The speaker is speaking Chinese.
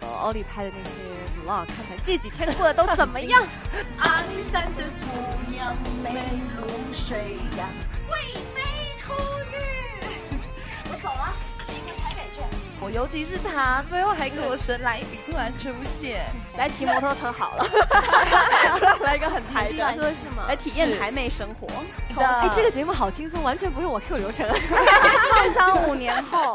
呃奥利拍的那些 vlog，看看这几天过得都怎么样。阿里山的姑娘美如水呀，贵妃出日。我走了，去个台北去。我尤其是他，最后还给我神来一笔，突然出现，来提摩托车好了，来一个很台骑的，车是吗？来体验台妹生活。哎，这个节目好轻松，完全不用我 Q 流程。创张五年后，